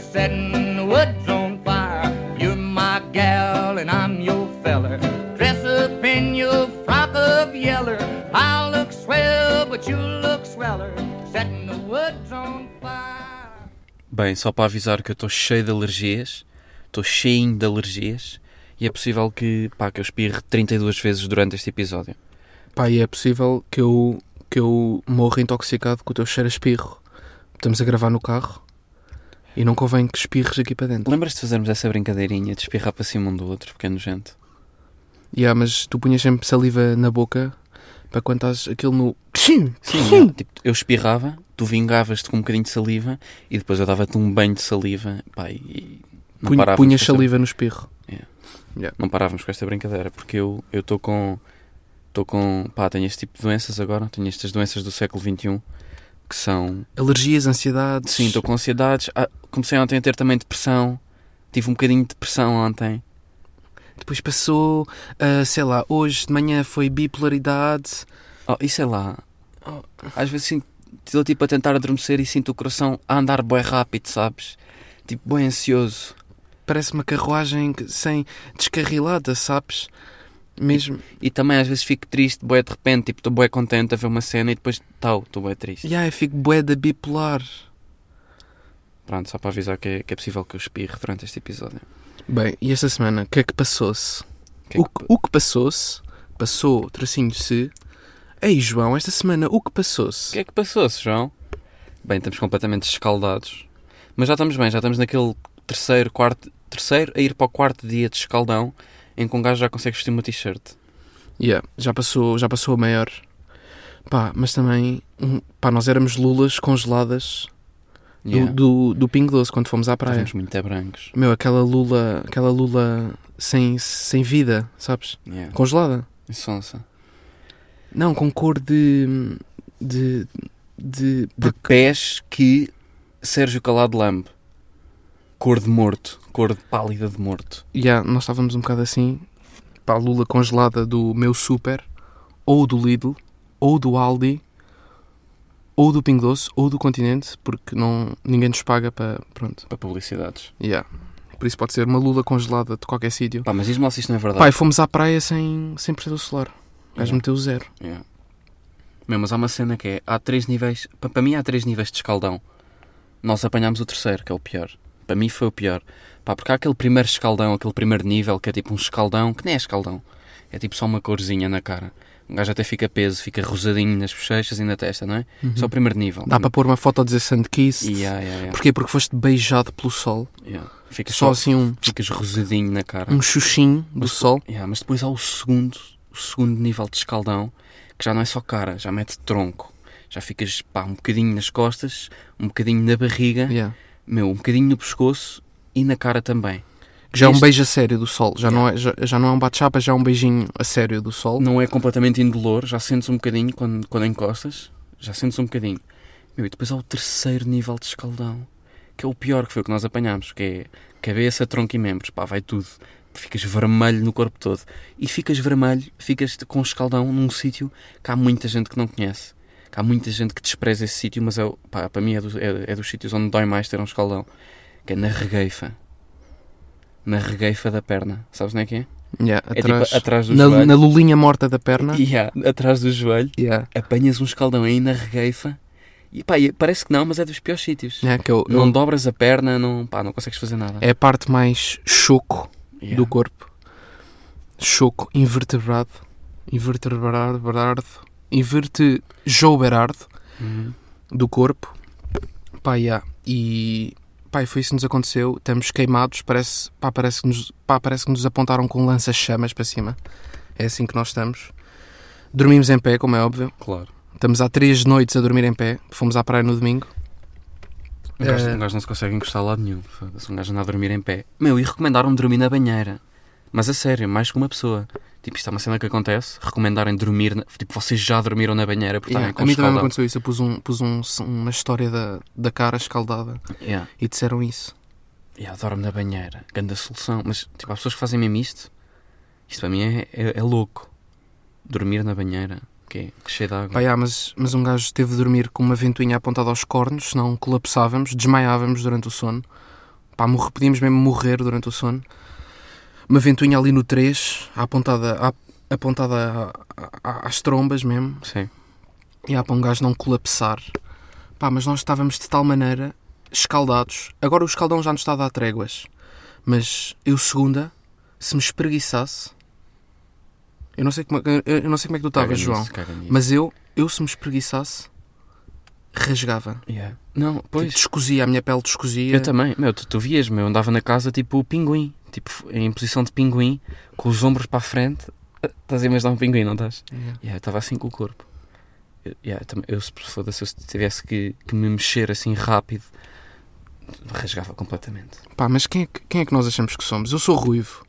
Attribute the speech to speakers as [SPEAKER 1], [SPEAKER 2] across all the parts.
[SPEAKER 1] setting the woods on fire. You're my gal and I'm your feller. Dress up in your frock of yeller. I look swell, but you look sweller. Setting the woods on fire.
[SPEAKER 2] Bem, só para avisar que eu estou cheio de alergias, estou cheinho de alergias e é possível que, pá, que eu espirre 32 vezes durante este episódio.
[SPEAKER 3] Pá, e é possível que eu, que eu morra intoxicado com o teu cheiro a espirro. Estamos a gravar no carro e não convém que espirres aqui para dentro.
[SPEAKER 2] Lembras-te de fazermos essa brincadeirinha de espirrar para cima um do outro, pequeno gente?
[SPEAKER 3] E ah, mas tu punhas sempre saliva na boca para quando estás aquilo no.
[SPEAKER 2] Sim, é, tipo, eu espirrava, tu vingavas-te com um bocadinho de saliva e depois eu dava-te um banho de saliva, pá, e não
[SPEAKER 3] Punha,
[SPEAKER 2] parávamos
[SPEAKER 3] punhas
[SPEAKER 2] com esta-
[SPEAKER 3] saliva no espirro.
[SPEAKER 2] não parávamos com esta brincadeira, porque eu eu estou com. Estou com. Pá, tenho este tipo de doenças agora, tenho estas doenças do século XXI que são.
[SPEAKER 3] Alergias, ansiedades.
[SPEAKER 2] Sim, estou com ansiedades. Ah, comecei ontem a ter também depressão. Tive um bocadinho de depressão ontem.
[SPEAKER 3] Depois passou, ah, sei lá, hoje de manhã foi bipolaridade.
[SPEAKER 2] Oh, e sei lá. oh, às vezes sinto- estou tipo a tentar adormecer e sinto o coração a andar bem rápido, sabes? Tipo, bem ansioso.
[SPEAKER 3] Parece uma carruagem que- sem descarrilada, sabes? Mesmo.
[SPEAKER 2] E também às vezes fico triste, boé de repente, tipo, estou boé contente a ver uma cena e depois, tal, estou boé triste.
[SPEAKER 3] E yeah, eu fico bué da bipolar.
[SPEAKER 2] Pronto, só para avisar que é, que é possível que eu espirre durante este episódio.
[SPEAKER 3] Bem, e esta semana, o que é que passou-se?
[SPEAKER 2] Que é
[SPEAKER 3] o,
[SPEAKER 2] que-
[SPEAKER 3] que, o que passou-se, passou, tracinho se. Ei, João, esta semana, o que
[SPEAKER 2] O
[SPEAKER 3] passou-se?
[SPEAKER 2] que é que passou-se, João? Bem, estamos completamente escaldados. Mas já estamos bem, já estamos naquele terceiro, quarto. Terceiro a ir para o quarto dia de escaldão em que um gajo já consegue vestir uma t-shirt.
[SPEAKER 3] Yeah, já passou, já passou a maior. Pá, mas também, hum, pá, nós éramos lulas congeladas do,
[SPEAKER 2] Yeah.
[SPEAKER 3] do, do Pingo Doce quando fomos à praia.
[SPEAKER 2] Estávamos muito é brancos.
[SPEAKER 3] Meu, aquela lula, aquela lula sem, sem vida, sabes?
[SPEAKER 2] Yeah.
[SPEAKER 3] Congelada.
[SPEAKER 2] E sonsa.
[SPEAKER 3] Não, com cor de. de. de.
[SPEAKER 2] De pés que Sérgio Calado lambe. Cor de morto. Cor de pálida de morto.
[SPEAKER 3] Yeah, nós estávamos um bocado assim, pá, a lula congelada do meu super, ou do Lidl, ou do Aldi, ou do Pingo Doce, ou do Continente, porque não, ninguém nos paga para. pronto.
[SPEAKER 2] Para publicidades.
[SPEAKER 3] Yeah. Por isso pode ser uma lula congelada de qualquer sítio.
[SPEAKER 2] Pá, mas diz-me lá se isto não é verdade.
[SPEAKER 3] Pai, fomos à praia sem, sem protetor solar. O gajo
[SPEAKER 2] Yeah.
[SPEAKER 3] meteu zero.
[SPEAKER 2] Yeah. Meu, mas há uma cena que é, há três níveis, pa- para mim há três níveis de escaldão. Nós apanhámos o terceiro, que é o pior. Para mim foi o pior. Pá, porque há aquele primeiro escaldão, aquele primeiro nível, que é tipo um escaldão, que nem é escaldão. É tipo só uma corzinha na cara. O gajo até fica peso, fica rosadinho nas bochechas e na testa, não é? Só o primeiro nível.
[SPEAKER 3] Uhum. Dá para pôr uma foto a dizer Sandkiss.
[SPEAKER 2] Yeah, yeah, yeah,
[SPEAKER 3] Porquê? Porque foste beijado pelo sol.
[SPEAKER 2] yeah. Fica
[SPEAKER 3] Só
[SPEAKER 2] só,
[SPEAKER 3] assim um,
[SPEAKER 2] ficas rosadinho na cara.
[SPEAKER 3] um xuxinho do sol.
[SPEAKER 2] Yeah, Ah. mas depois há o segundo, o segundo nível de escaldão, que já não é só cara, já mete tronco. Já ficas pá, um bocadinho nas costas, um bocadinho na barriga,
[SPEAKER 3] Yeah.
[SPEAKER 2] meu, um bocadinho no pescoço e na cara também.
[SPEAKER 3] Que já é um
[SPEAKER 2] Este-
[SPEAKER 3] beijo a sério do sol. Já, não, é, já, já não é um bate-chapa, já é um beijinho a sério do sol.
[SPEAKER 2] Não é completamente indolor, já sentes um bocadinho quando, quando encostas, já sentes um bocadinho. Meu, e depois há o terceiro nível de escaldão, que é o pior que foi o que nós apanhámos, que é cabeça, tronco e membros, pá, vai tudo. Ficas vermelho no corpo todo. E ficas vermelho, ficas com escaldão num sítio que há muita gente que não conhece. Que há muita gente que despreza esse sítio, mas é, o- pá, para mim é, do- é- é dos sítios onde dói mais ter um escaldão. Que é na regueifa. Na regueifa da perna. Sabes onde é que é?
[SPEAKER 3] Yeah,
[SPEAKER 2] É
[SPEAKER 3] atrás,
[SPEAKER 2] tipo atrás do
[SPEAKER 3] na,
[SPEAKER 2] joelho.
[SPEAKER 3] na lulinha morta da perna.
[SPEAKER 2] Yeah, atrás do joelho,
[SPEAKER 3] Yeah.
[SPEAKER 2] apanhas um escaldão aí na regueifa e pá, e parece que não, mas é dos piores sítios.
[SPEAKER 3] Yeah, que é, o-
[SPEAKER 2] Não dobras a perna, não, pá, não consegues fazer nada.
[SPEAKER 3] é a parte mais choco
[SPEAKER 2] Yeah.
[SPEAKER 3] do corpo. Choco invertebrado. Invertebrado. Invertejouberardo
[SPEAKER 2] Uhum.
[SPEAKER 3] do corpo. Pá, yeah. E pá, e foi isso que nos aconteceu. Estamos queimados. Parece, pá, parece, que, nos, pá, parece que nos apontaram com lança-chamas para cima. É assim que nós estamos. Dormimos em pé, como é óbvio.
[SPEAKER 2] Claro.
[SPEAKER 3] Estamos há três noites a dormir em pé. Fomos à praia no domingo.
[SPEAKER 2] Um gajo,
[SPEAKER 3] É.
[SPEAKER 2] um gajo não se consegue encostar a lado nenhum. Foda-se, um gajo anda a dormir em pé. Meu, e recomendaram-me dormir na banheira. Mas a sério, mais que uma pessoa. Tipo, isto é uma cena que acontece, recomendarem dormir, na- tipo, vocês já dormiram na banheira porque
[SPEAKER 3] Yeah,
[SPEAKER 2] estavam com
[SPEAKER 3] a mim também me
[SPEAKER 2] escaldão.
[SPEAKER 3] aconteceu isso. Eu pus, um, pus um- uma história da, da cara escaldada
[SPEAKER 2] Yeah.
[SPEAKER 3] e disseram isso.
[SPEAKER 2] Yeah, dorme na banheira, grande solução. Mas tipo, há pessoas que fazem mesmo isto. Isto para mim é, é, é louco. Dormir na banheira, que é cheio de água.
[SPEAKER 3] Pá, yeah, mas, mas um gajo teve de dormir com uma ventoinha apontada aos cornos, senão colapsávamos, desmaiávamos durante o sono. Pá, mor- podíamos mesmo morrer durante o sono. Uma ventoinha ali no 3, apontada, à- apontada à- à- às trombas mesmo.
[SPEAKER 2] Sim.
[SPEAKER 3] E há para um gajo não colapsar. Pá, mas nós estávamos de tal maneira escaldados. Agora o escaldão já nos está a dar tréguas. Mas eu, segunda, se me espreguiçasse. Eu não sei como, é que- eu eu não sei como é que tu
[SPEAKER 2] Caga
[SPEAKER 3] estavas, João.
[SPEAKER 2] nisso, caga nisso.
[SPEAKER 3] Mas eu, eu, se me espreguiçasse, rasgava.
[SPEAKER 2] Yeah. Não,
[SPEAKER 3] Pois.
[SPEAKER 2] pois.
[SPEAKER 3] Descosia, a minha pele descosia.
[SPEAKER 2] Eu também, meu, tu, tu vias, meu, eu andava na casa tipo o pinguim, tipo em posição de pinguim, com os ombros para a frente. Estás a imaginar um pinguim, não estás?
[SPEAKER 3] Yeah.
[SPEAKER 2] Yeah, eu estava assim com o corpo. Eu, yeah, eu, também- eu se foda-se, eu se tivesse que, que me mexer assim rápido, rasgava completamente.
[SPEAKER 3] Pá, mas quem é, que, quem é que nós achamos que somos? Eu sou ruivo.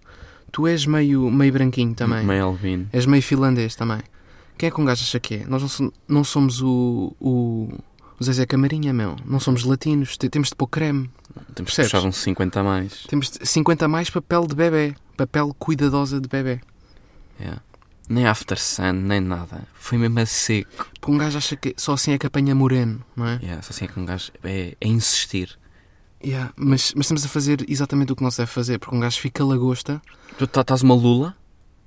[SPEAKER 3] Tu és meio, meio branquinho também.
[SPEAKER 2] Meio albino.
[SPEAKER 3] És meio finlandês também. Quem é que um gajo acha que é? Nós não, so- não somos o, o, o Zezé Camarinha, meu. Não somos latinos. Te- Temos de pôr creme.
[SPEAKER 2] Temos que
[SPEAKER 3] Percebes?
[SPEAKER 2] puxar uns 50 a mais.
[SPEAKER 3] Temos de 50 a mais papel de bebê. Papel cuidadosa de bebê.
[SPEAKER 2] Yeah. Nem after sun, nem nada. Foi mesmo a seco.
[SPEAKER 3] Porque um gajo acha que só assim é que apanha moreno, não é?
[SPEAKER 2] Yeah, só assim é que um gajo é, é insistir.
[SPEAKER 3] Yeah, mas, mas estamos a fazer exatamente o que não se deve fazer. Porque um gajo fica lagosta.
[SPEAKER 2] Tu tá- estás uma lula,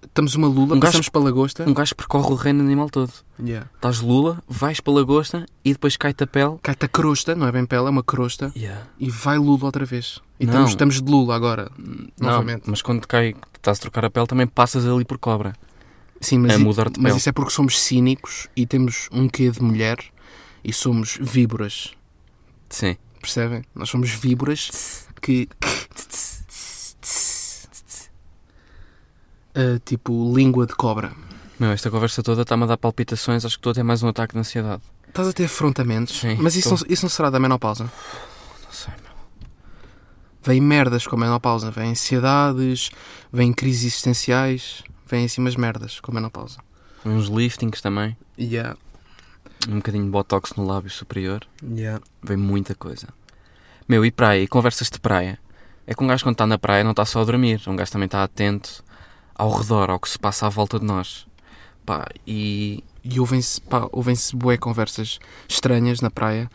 [SPEAKER 3] Estamos uma lula,
[SPEAKER 2] Um gajo-
[SPEAKER 3] passamos para lagosta.
[SPEAKER 2] um gajo percorre o reino animal todo.
[SPEAKER 3] Yeah.
[SPEAKER 2] Estás lula, vais para a lagosta e depois cai-te a pele.
[SPEAKER 3] Cai-te a crosta, não é bem pele, é uma crosta. E vai lula outra vez. E
[SPEAKER 2] Não.
[SPEAKER 3] estamos, estamos de lula agora.
[SPEAKER 2] Não,
[SPEAKER 3] Novamente.
[SPEAKER 2] mas quando cai, que estás a trocar a pele, também passas ali por cobra.
[SPEAKER 3] Sim, mas,
[SPEAKER 2] a
[SPEAKER 3] i-
[SPEAKER 2] mudar de
[SPEAKER 3] mas
[SPEAKER 2] pele.
[SPEAKER 3] isso é porque somos cínicos e temos um quê de mulher e somos víboras,
[SPEAKER 2] Sim.
[SPEAKER 3] percebem? Nós somos víboras que. Ah, tipo, língua de cobra.
[SPEAKER 2] Meu, esta conversa toda está-me a dar palpitações, acho que estou a ter mais um ataque de ansiedade.
[SPEAKER 3] Estás a ter afrontamentos,
[SPEAKER 2] Sim,
[SPEAKER 3] mas isso,
[SPEAKER 2] tô.
[SPEAKER 3] não, isso não será da menopausa.
[SPEAKER 2] Não sei, meu.
[SPEAKER 3] Vêm merdas com a menopausa, vêm ansiedades, vêm crises existenciais, vêm assim umas merdas com a menopausa.
[SPEAKER 2] Uns liftings também,
[SPEAKER 3] Yeah,
[SPEAKER 2] um bocadinho de botox no lábio superior,
[SPEAKER 3] yeah.
[SPEAKER 2] vem muita coisa. Meu, e praia, e conversas de praia. É que um gajo quando está na praia não está só a dormir, um gajo também está atento ao redor, ao que se passa à volta de nós. Pá, e
[SPEAKER 3] e ouvem-se pá, ouvem-se bué conversas estranhas na praia,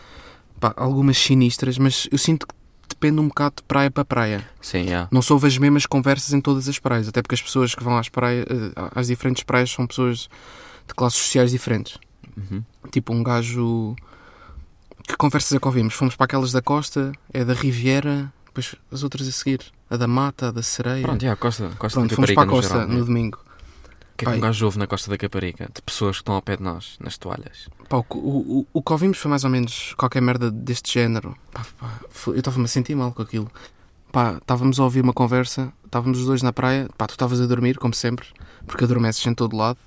[SPEAKER 3] pá, algumas sinistras, mas eu sinto que depende um bocado de praia para praia.
[SPEAKER 2] sim, yeah.
[SPEAKER 3] Não sou as mesmas conversas em todas as praias, até porque as pessoas que vão às praias, eh, às diferentes praias são pessoas de classes sociais diferentes.
[SPEAKER 2] Uhum.
[SPEAKER 3] Tipo um gajo que conversas é que ouvimos? Fomos para aquelas da Costa, é da Riviera, depois as outras a seguir, a da Mata, a da Sereia.
[SPEAKER 2] Pronto, yeah, Costa, Costa
[SPEAKER 3] Pronto,
[SPEAKER 2] da
[SPEAKER 3] fomos
[SPEAKER 2] Caparica
[SPEAKER 3] para a
[SPEAKER 2] no
[SPEAKER 3] Costa
[SPEAKER 2] geral,
[SPEAKER 3] no
[SPEAKER 2] né?
[SPEAKER 3] domingo.
[SPEAKER 2] O que é que um
[SPEAKER 3] Pai.
[SPEAKER 2] gajo ouve na Costa da Caparica? De pessoas que estão ao pé de nós, nas toalhas.
[SPEAKER 3] Pá, o, que- o, o- o que ouvimos foi mais ou menos qualquer merda deste género. Pá, pá, foi- eu estava-me a sentir mal com aquilo. Pá, estávamos a ouvir uma conversa, estávamos os dois na praia, pá, tu estavas a dormir, como sempre, porque adormeces em todo lado.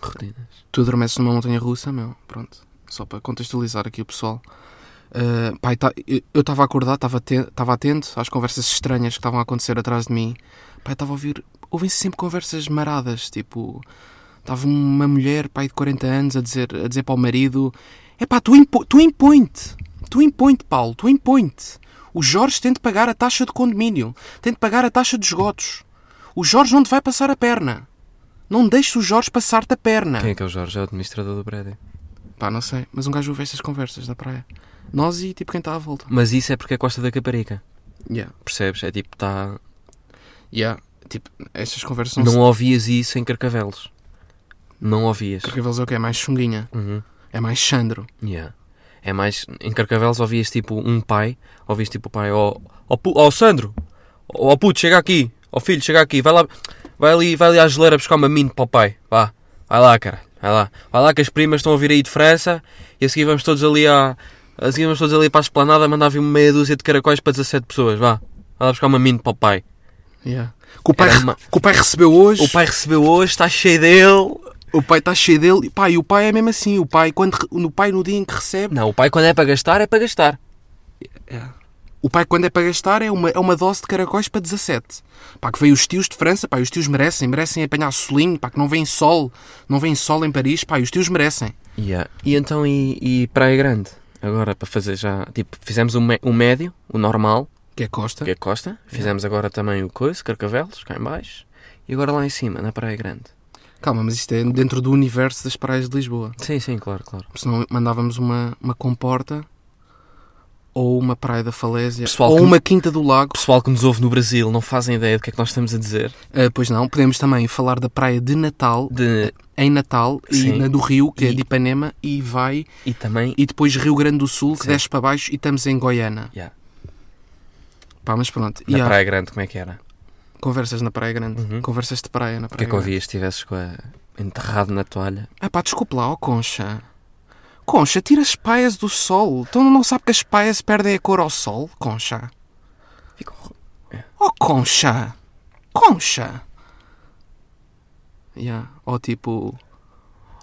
[SPEAKER 2] Rotinas.
[SPEAKER 3] Tu adormeces numa montanha russa, meu, pronto. Só para contextualizar aqui o pessoal. Uh, pá, e tá- eu eu estava acordado, estava aten- estava atento às conversas estranhas que estavam a acontecer atrás de mim. Pá, eu estava a ouvir. Ouvem-se sempre conversas maradas, tipo. Estava uma mulher, pai de 40 anos, a dizer, a dizer para o marido: É pá, tu, impo tu impõe-te, tu impõe-te, Paulo, tu impõe-te. O Jorge tem de pagar a taxa de condomínio, tem de pagar a taxa de esgotos. O Jorge não te vai passar a perna. Não deixes o Jorge passar-te a perna.
[SPEAKER 2] Quem é que é o Jorge? É o administrador do prédio.
[SPEAKER 3] Pá, não sei, mas um gajo ouve estas conversas da praia. Nós e tipo quem está à volta.
[SPEAKER 2] Mas isso é porque é Costa da Caparica.
[SPEAKER 3] Yeah.
[SPEAKER 2] Percebes? É tipo, tá...
[SPEAKER 3] Yeah. Tipo, estas conversas não,
[SPEAKER 2] não
[SPEAKER 3] são.
[SPEAKER 2] ouvias isso em Carcavelos. Não ouvias.
[SPEAKER 3] Carcavelos é o que? É mais chunguinha.
[SPEAKER 2] Uhum.
[SPEAKER 3] É mais Xandro.
[SPEAKER 2] Yeah. É mais. Em Carcavelos ouvias tipo um pai, ouvias tipo o pai, ó ó pu- ó, Sandro, ó ó, puto, chega aqui, ó filho, chega aqui, vai lá, vai ali, vai ali à geleira buscar uma mini para o pai, vá, vai lá, cara, vai lá, vai lá que as primas estão a vir aí de França e a seguir vamos todos ali à. A seguir vamos todos ali para a esplanada mandar vir meia dúzia de caracóis para 17 pessoas, vá, vai lá buscar uma mini para o pai.
[SPEAKER 3] Yeah. Que, o pai
[SPEAKER 2] Era
[SPEAKER 3] re-
[SPEAKER 2] uma-
[SPEAKER 3] que o pai recebeu hoje.
[SPEAKER 2] O pai recebeu hoje, está cheio dele.
[SPEAKER 3] O pai está cheio dele. E, Pá, e o pai é mesmo assim. O pai, quando re- no pai no dia em que recebe.
[SPEAKER 2] Não, o pai quando é para gastar, é para gastar.
[SPEAKER 3] O pai, quando é para gastar, é uma, é uma dose de caracóis para 17. Pá, que veio os tios de França. Pá, e os tios merecem. Merecem apanhar solinho. Pá, que não vem sol. Não vem sol em Paris. Pá, e os tios merecem.
[SPEAKER 2] Yeah. E então, e, e Praia Grande? Agora, para fazer já. Tipo, fizemos o, mé- o médio, o normal,
[SPEAKER 3] Que é Costa.
[SPEAKER 2] que é Costa. Fizemos agora também o Coiso, Carcavelos, cá em baixo. E agora lá em cima, na Praia Grande.
[SPEAKER 3] Calma, mas isto é dentro do universo das praias de Lisboa.
[SPEAKER 2] Sim, sim, claro, claro.
[SPEAKER 3] Senão mandávamos uma, uma comporta ou uma praia da falésia,
[SPEAKER 2] Pessoal
[SPEAKER 3] ou
[SPEAKER 2] que-
[SPEAKER 3] uma quinta do lago.
[SPEAKER 2] Pessoal que nos ouve no Brasil não fazem ideia do que é que nós estamos a dizer.
[SPEAKER 3] Ah, pois não, podemos também falar da praia de Natal,
[SPEAKER 2] De...
[SPEAKER 3] em Natal, e
[SPEAKER 2] Sim.
[SPEAKER 3] na do Rio, que é
[SPEAKER 2] E-
[SPEAKER 3] de Ipanema, e vai,
[SPEAKER 2] E também.
[SPEAKER 3] e depois Rio Grande do Sul, que
[SPEAKER 2] Sim.
[SPEAKER 3] desce para baixo, e estamos em Goiânia.
[SPEAKER 2] Yeah.
[SPEAKER 3] Pá, mas pronto,
[SPEAKER 2] Na
[SPEAKER 3] e há
[SPEAKER 2] Praia Grande, como é que era?
[SPEAKER 3] conversas na Praia Grande, conversas de praia na
[SPEAKER 2] O que é
[SPEAKER 3] Praia
[SPEAKER 2] que
[SPEAKER 3] Grande.
[SPEAKER 2] ouvias se estivesses com a... enterrado na toalha?
[SPEAKER 3] Ah pá, desculpa lá, ó Concha. Concha, tira as paias do sol. Então não sabe que as paias perdem a cor ao sol, Concha?
[SPEAKER 2] Fica um ro-
[SPEAKER 3] Oh, Concha! Concha! Yeah. Ou tipo...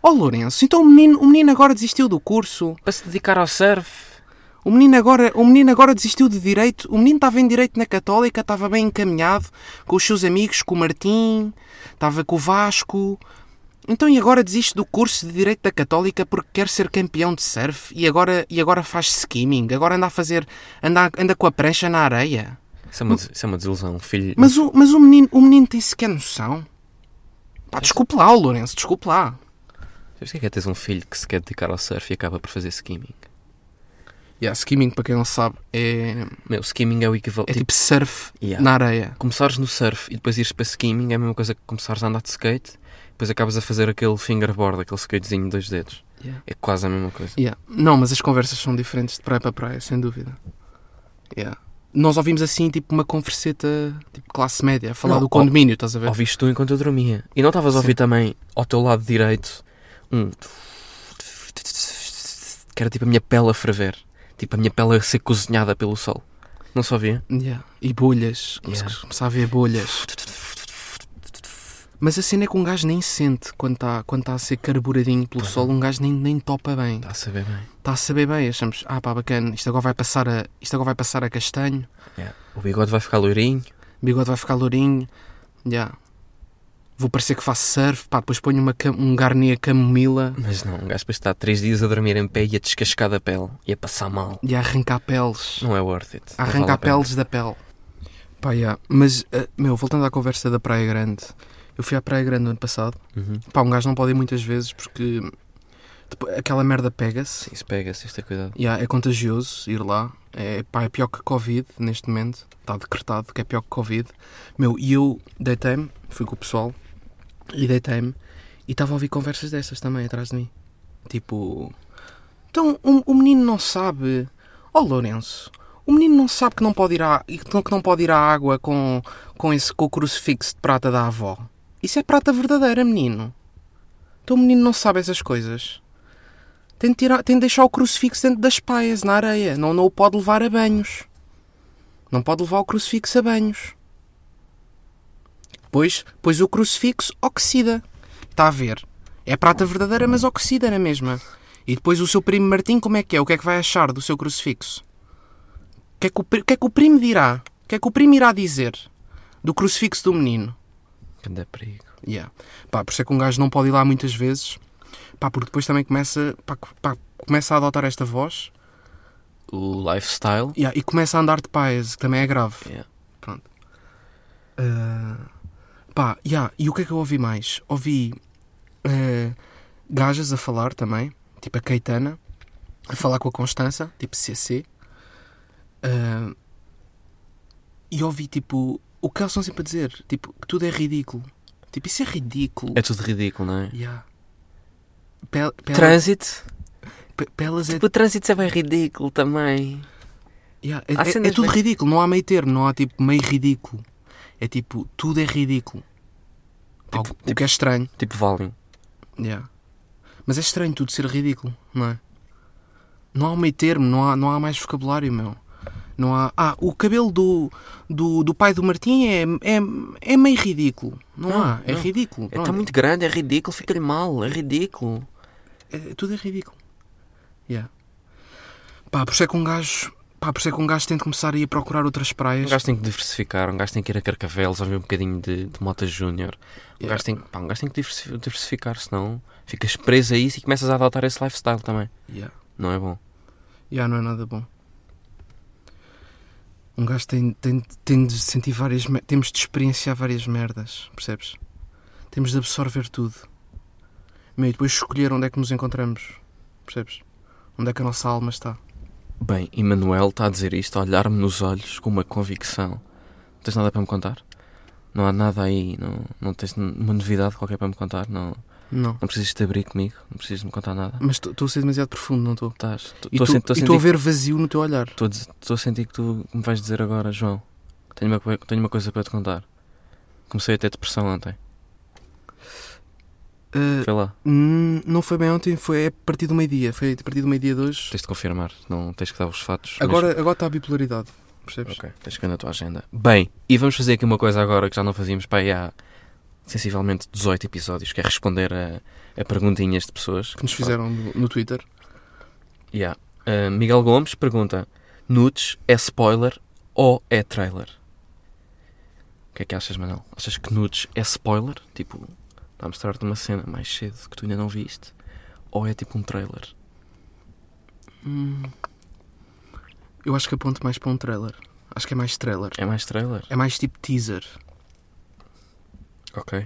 [SPEAKER 3] Oh, Lourenço, então o menino, o menino agora desistiu do curso.
[SPEAKER 2] Para se dedicar ao surf.
[SPEAKER 3] O menino, agora, o menino agora desistiu de Direito. O menino estava em Direito na Católica, estava bem encaminhado, com os seus amigos, com o Martim, estava com o Vasco. Então e agora desiste do curso de Direito da Católica porque quer ser campeão de surf e agora, e agora faz skimming, agora anda a fazer. anda, anda com a prancha na areia.
[SPEAKER 2] Isso é uma, des- isso é uma desilusão. Um filho.
[SPEAKER 3] Mas o, mas o menino, o menino tem sequer noção. Pá, desculpe lá, ó Lourenço, desculpe lá.
[SPEAKER 2] Sabes o que é que é teres um filho que se quer dedicar ao surf e acaba por fazer skimming?
[SPEAKER 3] Yeah, skimming, para quem não sabe, é,
[SPEAKER 2] Meu, skimming é o equivalente.
[SPEAKER 3] é tipo surf
[SPEAKER 2] Yeah.
[SPEAKER 3] na areia.
[SPEAKER 2] Começares no surf e depois ires para skimming é a mesma coisa que começares a andar de skate, depois acabas a fazer aquele fingerboard, aquele skatezinho de dois dedos.
[SPEAKER 3] Yeah.
[SPEAKER 2] É quase a mesma coisa.
[SPEAKER 3] Yeah. Não, mas as conversas são diferentes de praia para praia, sem dúvida. Yeah. Nós ouvimos assim, tipo, uma converseta, tipo, classe média, a falar
[SPEAKER 2] Não,
[SPEAKER 3] do
[SPEAKER 2] ó-
[SPEAKER 3] condomínio, estás a ver?
[SPEAKER 2] Ouviste tu enquanto eu dormia. E não estavas a ouvir também ao teu lado direito um. que era tipo a minha pele a ferver. Tipo a minha pele a ser cozinhada pelo sol. Não só via?
[SPEAKER 3] Yeah. E bolhas,
[SPEAKER 2] Yeah.
[SPEAKER 3] começa começar a ver bolhas. Mas a cena é que um gajo nem sente quando está quando tá a ser carburadinho pelo sol,
[SPEAKER 2] é.
[SPEAKER 3] um gajo nem, nem topa bem.
[SPEAKER 2] Está a saber bem.
[SPEAKER 3] Está a saber bem, achamos, ah pá, bacana, isto agora vai passar a, isto agora vai passar a castanho,
[SPEAKER 2] Yeah. O bigode vai ficar loirinho.
[SPEAKER 3] o bigode vai ficar lourinho, yeah. vou parecer que faço surf, pá, depois ponho uma, cam- um garnier camomila
[SPEAKER 2] Mas não, um gajo depois está três dias a dormir em pé e a descascar da pele e a passar mal.
[SPEAKER 3] e a arrancar peles.
[SPEAKER 2] Não é worth it.
[SPEAKER 3] A
[SPEAKER 2] Não
[SPEAKER 3] arrancar
[SPEAKER 2] vale a pena.
[SPEAKER 3] peles da pele. Pá, yeah. mas, eh, meu, voltando à conversa da Praia Grande, eu fui à Praia Grande no ano passado.
[SPEAKER 2] Uhum.
[SPEAKER 3] Pá, um gajo não pode ir muitas vezes porque depo- aquela merda pega-se.
[SPEAKER 2] Isso pega-se, isto é cuidado.
[SPEAKER 3] Yeah, é contagioso ir lá. É, pá, é pior que Covid neste momento. Está decretado que é pior que Covid. Meu, e eu deitei-me, fui com o pessoal e deitei-me e estava a ouvir conversas dessas também atrás de mim. Tipo, então o, o menino não sabe. Oh Lourenço, o menino não sabe que não pode ir à, e que não- que não pode ir à água com, com, esse, com o crucifixo de prata da avó. Isso é prata verdadeira, menino. Então o menino não sabe essas coisas. Tem de, tirar, tem de deixar o crucifixo dentro das paias, na areia. Não, não o pode levar a banhos. Não pode levar o crucifixo a banhos. Pois, pois o crucifixo oxida. Está a ver? É prata verdadeira, mas oxida na mesma. E depois o seu primo Martim, como é que é? O que é que vai achar do seu crucifixo? O que é que o, pri- o que é que o primo dirá? O que é que o primo irá dizer do crucifixo do menino?
[SPEAKER 2] Quando é perigo.
[SPEAKER 3] Yeah. Pá, por isso é que um gajo não pode ir lá muitas vezes. Pá, porque depois também começa, pá, co- pá, começa a adotar esta voz
[SPEAKER 2] O lifestyle.
[SPEAKER 3] Yeah, e começa a andar de pais, que também é grave.
[SPEAKER 2] Yeah.
[SPEAKER 3] Pronto. Ah, pá, yeah, e o que é que eu ouvi mais? Ouvi eh, gajas a falar também, tipo a Caetana, a falar com a Constança, tipo CC. Ah, e ouvi tipo o que elas estão sempre a dizer, tipo que tudo é ridículo. Tipo, isso é ridículo.
[SPEAKER 2] É tudo ridículo, não é?
[SPEAKER 3] Yeah. Pel- pel-
[SPEAKER 2] Trânsito.
[SPEAKER 3] pe- pelas é
[SPEAKER 2] Tipo, o trânsito é bem ridículo também.
[SPEAKER 3] Yeah, é,
[SPEAKER 2] Há
[SPEAKER 3] é- é
[SPEAKER 2] cenas
[SPEAKER 3] tudo
[SPEAKER 2] bem-
[SPEAKER 3] ridículo, não há meio termo, não há tipo meio ridículo. É tipo, tudo é ridículo. Pá, o- o que é estranho.
[SPEAKER 2] Tipo, Valium.
[SPEAKER 3] Yeah. Mas é estranho tudo ser ridículo, não é? Não há meio termo, não há, não há mais vocabulário, meu. Não há. Ah, o cabelo do, do, do pai do Martim é, é, é meio ridículo. Não,
[SPEAKER 2] Não,
[SPEAKER 3] há, é
[SPEAKER 2] não.
[SPEAKER 3] ridículo.
[SPEAKER 2] É,
[SPEAKER 3] não
[SPEAKER 2] tá muito grande, é ridículo, fica-lhe mal, é ridículo.
[SPEAKER 3] É- tudo é ridículo. Yeah. Pá, por isso é que um gajo. Pá, por isso é que um gajo tem de começar a ir procurar outras
[SPEAKER 2] Um
[SPEAKER 3] praias.
[SPEAKER 2] gajo tem que diversificar, um gajo tem que ir a Carcavelos, ouvir um bocadinho de, de Mota Júnior. Um, gajo tem que- pá, um gajo tem que diversi- diversificar, senão ficas preso a isso e começas a adotar esse lifestyle também.
[SPEAKER 3] Yeah.
[SPEAKER 2] Não é bom.
[SPEAKER 3] Já não é nada bom. Um gajo tem, tem, tem de sentir várias. mer- Temos de experienciar várias merdas, percebes? Temos de absorver tudo. Meu, e depois escolher onde é que nos encontramos, percebes? Onde é que a nossa alma está.
[SPEAKER 2] Bem, Emanuel está a dizer isto a olhar-me nos olhos com uma convicção. Não tens nada para me contar? Não há nada aí, não, não tens n- uma novidade qualquer para me contar? Não,
[SPEAKER 3] Não.
[SPEAKER 2] não precisas te abrir comigo, não precisas de me contar nada.
[SPEAKER 3] Mas estou a ser demasiado profundo, não estou?
[SPEAKER 2] Estás. Estou a
[SPEAKER 3] E tu- e
[SPEAKER 2] sentir-
[SPEAKER 3] estou a
[SPEAKER 2] estou
[SPEAKER 3] ver vazio no teu olhar.
[SPEAKER 2] a dizer- estou a sentir que tu me vais dizer agora, João. Tenho uma, co- tenho uma coisa para te contar. Comecei a ter depressão ontem.
[SPEAKER 3] Ah,
[SPEAKER 2] Foi lá,
[SPEAKER 3] hum, não foi bem ontem, foi é a partir do meio-dia. Foi a partir do meio-dia de hoje.
[SPEAKER 2] tens de confirmar, não tens que dar os fatos. mesmo.
[SPEAKER 3] Agora, agora está a bipolaridade, percebes?
[SPEAKER 2] Ok, tens que ver na tua agenda. Bem, e vamos fazer aqui uma coisa agora que já não fazíamos para aí há sensivelmente 18 episódios, que é responder a, a perguntinhas de pessoas.
[SPEAKER 3] Que nos fizeram no, no Twitter.
[SPEAKER 2] Yeah. Uh, Miguel Gomes pergunta: Nudes é spoiler ou é trailer? O que é que achas, Manel? Achas que nudes é spoiler? Tipo, está a mostrar-te uma cena mais cedo que tu ainda não viste? Ou é tipo um trailer?
[SPEAKER 3] Hum, eu acho que aponto mais para um trailer. Acho que é mais trailer.
[SPEAKER 2] É mais trailer?
[SPEAKER 3] É mais tipo teaser.
[SPEAKER 2] Ok.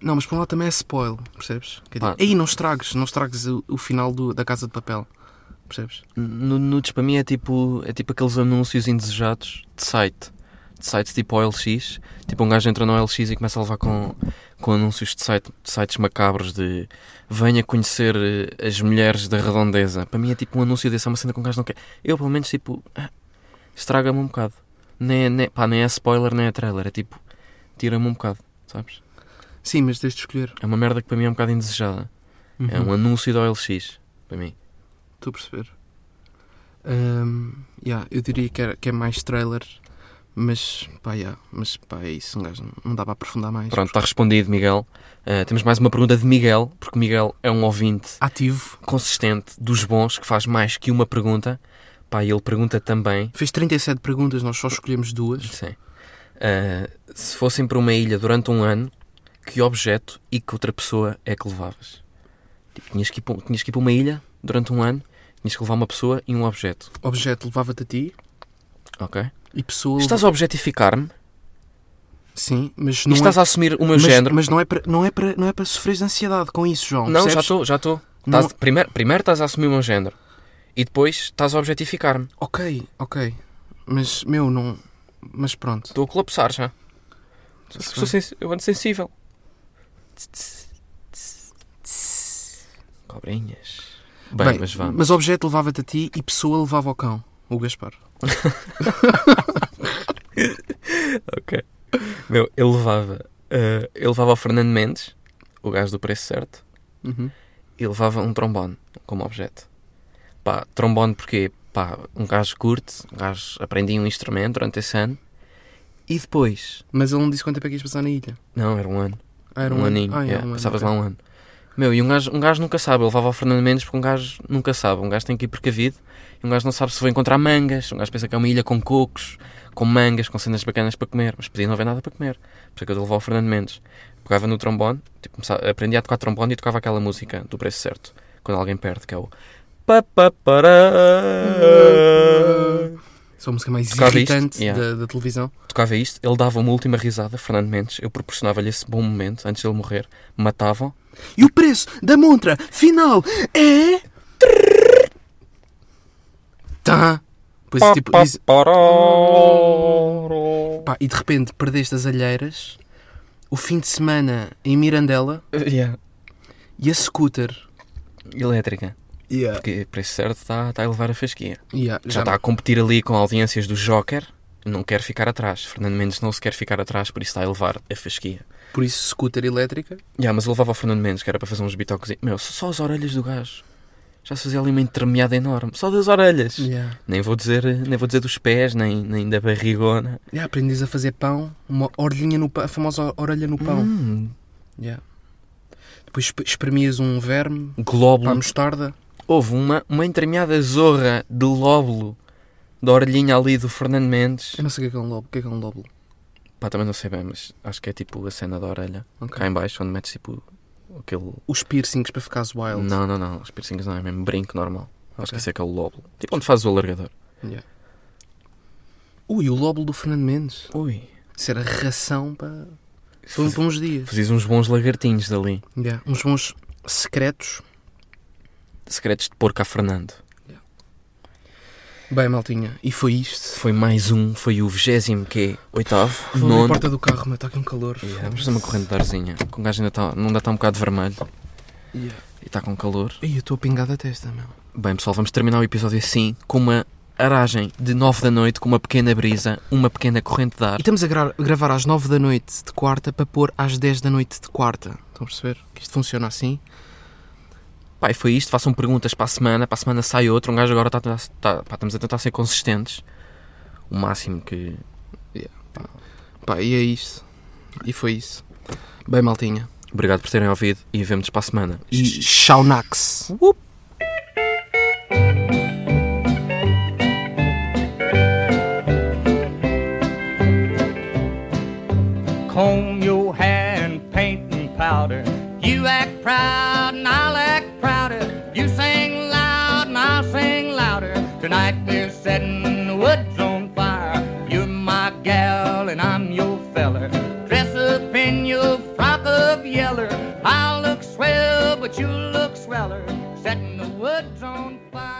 [SPEAKER 3] Não, mas por um lado também é spoil, percebes? Quer dizer,
[SPEAKER 2] Ah.
[SPEAKER 3] Aí não estragues, não estragues o, o final do- da Casa de Papel, percebes?
[SPEAKER 2] Nu- Nudes para mim é tipo, é tipo aqueles anúncios indesejados de site. De sites tipo OLX. Tipo, um gajo entra no OLX e começa a levar com, com anúncios de, site, de sites macabros de venha conhecer eh, as mulheres da redondeza. Para mim é tipo um anúncio desse, é uma cena que um gajo não quer. Eu, pelo menos, tipo, ah, estraga-me um bocado. Nem, é- nem, pá, nem é spoiler, nem é trailer. É tipo, tira-me um bocado, sabes?
[SPEAKER 3] Sim, mas tens de escolher.
[SPEAKER 2] É uma merda que para mim é um bocado indesejada. É
[SPEAKER 3] Uhum.
[SPEAKER 2] um anúncio da OLX, para mim.
[SPEAKER 3] Estou a perceber. Hum, yeah, eu diria que, era- que é mais trailer, mas pá, yeah, mas pá, é isso, um gajo não- não dá para aprofundar mais.
[SPEAKER 2] Pronto, está respondido, Miguel. Ah, temos mais uma pergunta de Miguel, porque Miguel é um ouvinte
[SPEAKER 3] Ativo,
[SPEAKER 2] consistente dos bons que faz mais que uma pergunta. Pá, e ele pergunta também.
[SPEAKER 3] fez 37 perguntas, nós só escolhemos duas.
[SPEAKER 2] Sim. Ah, se fossem para uma ilha durante um ano, que objeto e que outra pessoa é que levavas? Tipo, tinhas, que ir, para- tinhas que ir para uma ilha durante um ano, tinhas que levar uma pessoa e um objeto.
[SPEAKER 3] Objeto levava-te a ti
[SPEAKER 2] Ok?
[SPEAKER 3] e pessoa.
[SPEAKER 2] Estás a objetificar-me
[SPEAKER 3] Sim, mas
[SPEAKER 2] e
[SPEAKER 3] não
[SPEAKER 2] estás
[SPEAKER 3] é...
[SPEAKER 2] a assumir o meu
[SPEAKER 3] mas,
[SPEAKER 2] género.
[SPEAKER 3] mas não é para não é para não é para sofrer de ansiedade com isso, João.
[SPEAKER 2] Não, já
[SPEAKER 3] percebes?
[SPEAKER 2] estou, já estou.
[SPEAKER 3] Não- é-
[SPEAKER 2] Estás- Primeiro, primeiro estás a assumir o meu género e depois estás a objetificar-me.
[SPEAKER 3] Ok, ok. Mas meu, não. Mas pronto.
[SPEAKER 2] Estou a colapsar já.
[SPEAKER 3] Está-se
[SPEAKER 2] Sou sensi- eu ando sensível. Cobrinhas. Bem, mas vamos.
[SPEAKER 3] Mas objeto levava-te a ti e pessoa levava ao cão. O Gaspar.
[SPEAKER 2] Ok. Meu, eu levava. eh, eu levava o Fernando Mendes, o gajo do preço certo,
[SPEAKER 3] Uhum.
[SPEAKER 2] e levava um trombone como objeto. Pá, trombone porque, pá, um gajo curte, um gajo aprendia um instrumento durante esse ano e depois.
[SPEAKER 3] Mas ele não disse quanto tempo é que ias passar na ilha.
[SPEAKER 2] Não, era um ano.
[SPEAKER 3] Ah,
[SPEAKER 2] um, aninho.
[SPEAKER 3] Ah, era
[SPEAKER 2] yeah,
[SPEAKER 3] um ano,
[SPEAKER 2] Passavas
[SPEAKER 3] ok.
[SPEAKER 2] lá um ano. Meu, e um gajo, um gajo nunca sabe. Eu levava o Fernando Mendes porque um gajo nunca sabe. Um gajo tem que ir precavido e um gajo não sabe se vai encontrar mangas. Um gajo pensa que é uma ilha com cocos, com mangas, com cenas bacanas para comer. Mas podia não haver nada para comer. Por isso é que eu levava o Fernando Mendes. Pegava no trombone, tipo, começava- aprendia a tocar trombone e tocava aquela música do preço certo. Quando alguém perde, que é o. Pa, pa, pará.
[SPEAKER 3] Isso é a música mais
[SPEAKER 2] Tocava isto?
[SPEAKER 3] irritante
[SPEAKER 2] Yeah.
[SPEAKER 3] da, da televisão.
[SPEAKER 2] tocava isto, ele dava uma última risada, Fernando Mendes. Eu proporcionava-lhe esse bom momento antes dele morrer. Matava-o.
[SPEAKER 3] E o preço da montra final é. Tá. Pois é, tipo. diz- Pá, e de repente perdeste as alheiras, o fim de semana em Mirandela
[SPEAKER 2] Yeah.
[SPEAKER 3] e a scooter.
[SPEAKER 2] Elétrica.
[SPEAKER 3] Yeah.
[SPEAKER 2] Porque preço certo está tá a elevar a fasquia. Já
[SPEAKER 3] já tá.
[SPEAKER 2] está a competir ali com audiências do Joker. Não quer ficar atrás. Fernando Mendes não se quer ficar atrás, por isso está a elevar a fasquia.
[SPEAKER 3] Por isso, scooter elétrica.
[SPEAKER 2] Yeah, mas eu levava o Fernando Mendes, que era para fazer uns bitoques. Meu, só as orelhas do gajo. Já se fazia ali uma entremeada enorme. Só das orelhas.
[SPEAKER 3] Yeah.
[SPEAKER 2] Nem vou dizer, nem vou dizer dos pés, nem, nem da barrigona.
[SPEAKER 3] Yeah, aprendes a fazer pão, uma orelhinha no pão, a famosa orelha no pão.
[SPEAKER 2] Hum,
[SPEAKER 3] Yeah. Depois esp- espremias um verme para a
[SPEAKER 2] glóbulo
[SPEAKER 3] mostarda.
[SPEAKER 2] Houve uma, uma entremeada zorra de lóbulo da orelhinha ali do Fernando Mendes.
[SPEAKER 3] Eu não sei o que é que é um lobo. O que é que é um lobo?
[SPEAKER 2] Pá, também não sei bem, mas acho que é tipo a cena da orelha.
[SPEAKER 3] Ok.
[SPEAKER 2] Cá em baixo, onde metes tipo aquele...
[SPEAKER 3] Os piercings para ficares wild.
[SPEAKER 2] Não, não, não. Os piercings não, é mesmo brinco normal. Acho que
[SPEAKER 3] Ok.
[SPEAKER 2] esse é que é o lóbulo. Tipo onde fazes o alargador.
[SPEAKER 3] Yeah. Ui, o lobo do Fernando Mendes.
[SPEAKER 2] Ui.
[SPEAKER 3] Isso era ração para, para para uns dias.
[SPEAKER 2] Fazias uns bons lagartinhos dali.
[SPEAKER 3] Yeah. Uns bons secretos.
[SPEAKER 2] Secretos de porco a Fernando.
[SPEAKER 3] Bem, maltinha, e foi isto.
[SPEAKER 2] Foi mais um, foi o 28 oitavo,
[SPEAKER 3] Vou abrir a
[SPEAKER 2] nono.
[SPEAKER 3] porta do carro, mas está aqui um calor.
[SPEAKER 2] Yeah, vamos fazer uma corrente de arzinha. O gajo ainda está, não ainda está um bocado vermelho
[SPEAKER 3] Yeah.
[SPEAKER 2] e está com calor.
[SPEAKER 3] Ih, eu estou a pingar da testa, meu.
[SPEAKER 2] Bem, pessoal, vamos terminar o episódio assim, com uma aragem de 9 da noite, com uma pequena brisa, uma pequena corrente de ar.
[SPEAKER 3] E estamos a gra- gravar às 9 da noite de quarta para pôr às 10 da noite de quarta. Estão a perceber? Que isto funciona assim.
[SPEAKER 2] Pai, foi isto. Façam perguntas para a semana, para a semana sai outro. Um gajo agora está, a tentar- está- pá, estamos a tentar ser consistentes. O máximo que.
[SPEAKER 3] Pá, e é isto. E foi isso. Bem, maltinha.
[SPEAKER 2] Obrigado por terem ouvido e vemo-nos para a semana.
[SPEAKER 3] E Shaunax.
[SPEAKER 1] comb your hair and paint and powder. You act proud and I'll act prouder. You sing loud and I'll sing louder. Tonight we're setting the woods on fire. You're my gal and I'm your feller. Dress up in your frock of yeller. I'll look swell, but you look sweller. Setting the woods on fire.